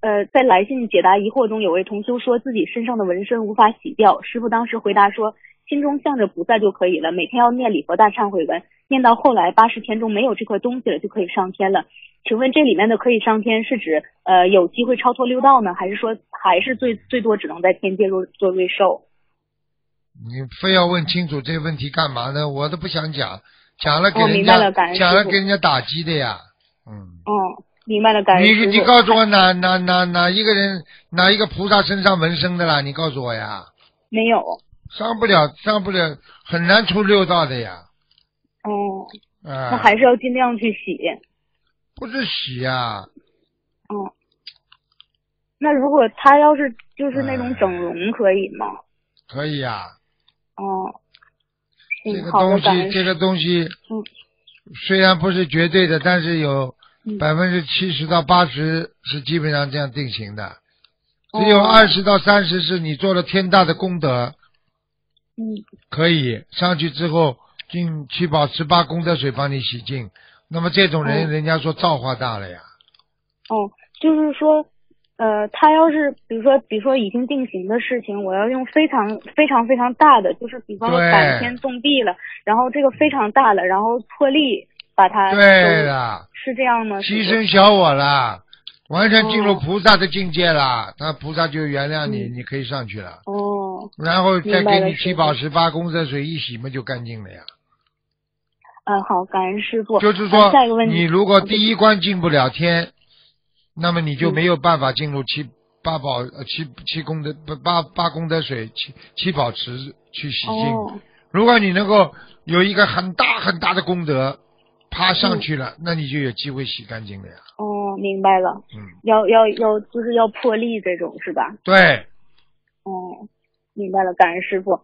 呃，在来信解答疑惑中，有位同修说自己身上的纹身无法洗掉，师傅当时回答说，心中向着菩萨就可以了，每天要念礼佛大忏悔文，念到后来八十天中没有这块东西了，就可以上天了。请问这里面的可以上天是指呃有机会超脱六道呢，还是说还是最最多只能在天界做做瑞兽？你非要问清楚这个问题干嘛呢？我都不想讲，讲了给哦人明白家、了感恩讲了师父给人家打击的呀。嗯，嗯，明白了，感恩你师你傅告诉我哪哪哪哪一个人哪一个菩萨身上纹身的啦？你告诉我呀，没有？上不了上不了，很难出六道的呀。哦、啊、那还是要尽量去洗。不是洗呀、嗯，那如果他要是就是那哎种整容可以吗？可以呀、哦，这嗯，个好的，东感恩西师这个东西嗯虽然不是绝对的，但是有嗯百分之七十到八十是基本上这样定型的，哦只有二十到三十是你做了天大的功德，嗯可以上去之后进去保持八功德水帮你洗净。那么这种人，哦人家说造化大了呀。哦，就是说，呃，他要是比如说，比如说已经定型的事情，我要用非常非常非常大的，就是比方说对感天动地了，然后这个非常大了，然后破例把它对收了，是这样吗？牺师牲小我了，完全进入哦菩萨的境界了，那菩萨就原谅你，嗯你可以上去了。傅哦，然后再明白给了你师七傅宝十八功德水一洗嘛，就干净了呀。嗯、好，感恩师傅。就是嗯说下一个问，你题，如果第一关进不了天，那么你就嗯没有办法进入七八宝呃七七功德不八八功德水七七宝池去洗净。哦，如果你能够有一个很大很大的功德，爬嗯上去了，那你就有机会洗干净了呀。哦，明白了，嗯，要要要，就是要破例这种是吧？对，哦，明白了，感恩师傅。